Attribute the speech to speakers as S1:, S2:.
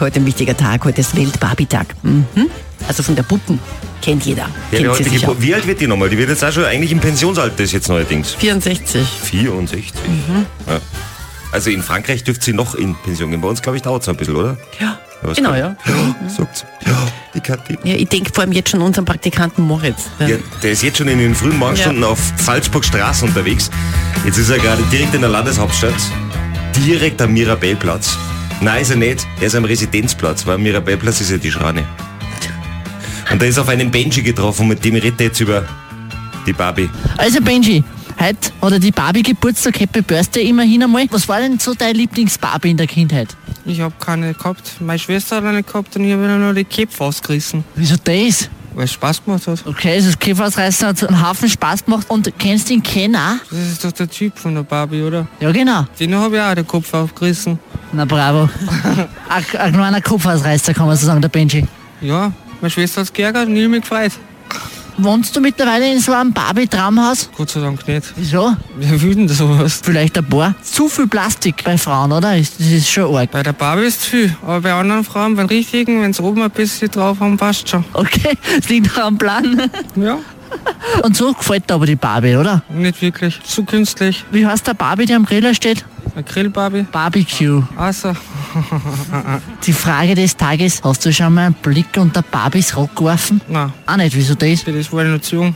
S1: heute ein wichtiger Tag, heute ist Weltbarbie-Tag. Mhm. Also von der Puppen kennt jeder.
S2: Ja, Genau, die
S1: kennt
S2: hat
S1: sie
S2: heute
S1: sicher.
S2: gebo- Wie alt wird die nochmal? Die wird jetzt auch schon eigentlich im Pensionsalter ist jetzt neuerdings.
S1: 64.
S2: 64.
S1: Mhm.
S2: Ja. Also in Frankreich dürfte sie noch in Pension gehen. Bei uns, glaube ich, dauert es ein bisschen, oder?
S1: Ja,
S2: was
S1: genau,
S2: kann-
S1: ja.
S2: ja sagt's. Ja, die Kathi.
S1: Ja, ich denke vor allem jetzt schon unseren Praktikanten Moritz.
S2: Ja, der ist jetzt schon in den frühen Morgenstunden auf Salzburg Straße unterwegs. Jetzt ist er gerade direkt in der Landeshauptstadt, direkt am Mirabellplatz. Nein, ist er nicht. Er ist am Residenzplatz, weil am Mirabellplatz ist ja die Schrane. Und da ist er auf einen Benji getroffen, mit dem redet er jetzt über die Barbie.
S3: Also Benji, heute oder die Barbie Geburtstag, Happy Birthday immerhin einmal. Was war denn so deine Lieblingsbarbie in der Kindheit?
S4: Ich hab keine gehabt. Meine Schwester hat eine gehabt und ich habe nur die Köpfe ausgerissen,
S3: Wieso das?
S4: weil es Spaß gemacht hat.
S3: Okay, also das Käfersreißen hat einen Haufen Spaß gemacht und kennst den Ken auch?
S4: Das ist doch der Typ von der Barbie, oder?
S3: Ja genau.
S4: Den habe ich auch den Kopf aufgerissen.
S3: Na bravo. Ein ein kleiner Kopfhausreißer kann man so sagen, der Benji.
S4: Ja, meine Schwester hat's geärgert und ich hab mich gefreut.
S3: Wohnst du mittlerweile in so einem Barbie-Traumhaus?
S4: Gott sei Dank nicht.
S3: Wieso?
S4: Wer will denn sowas?
S3: Vielleicht ein paar. Zu viel Plastik bei Frauen, oder? Ist- Das ist schon arg.
S4: Bei der Barbie ist viel, aber bei anderen Frauen, beim richtigen, wenn's oben ein bisschen drauf haben, passt schon.
S3: Okay, das liegt noch am Plan.
S4: Ja,
S3: Und so gefällt dir aber die Barbie, oder?
S4: nicht wirklich. Zu künstlich.
S3: Wie heißt der Barbie, die am Griller steht?
S4: Eine Grill-Barbie.
S3: Barbecue.
S4: Also,
S3: Die Frage des Tages, hast du schon mal einen Blick unter Barbies Rock geworfen?
S4: na,
S3: Auch nicht, wieso das?
S4: das war ich noch zu jung.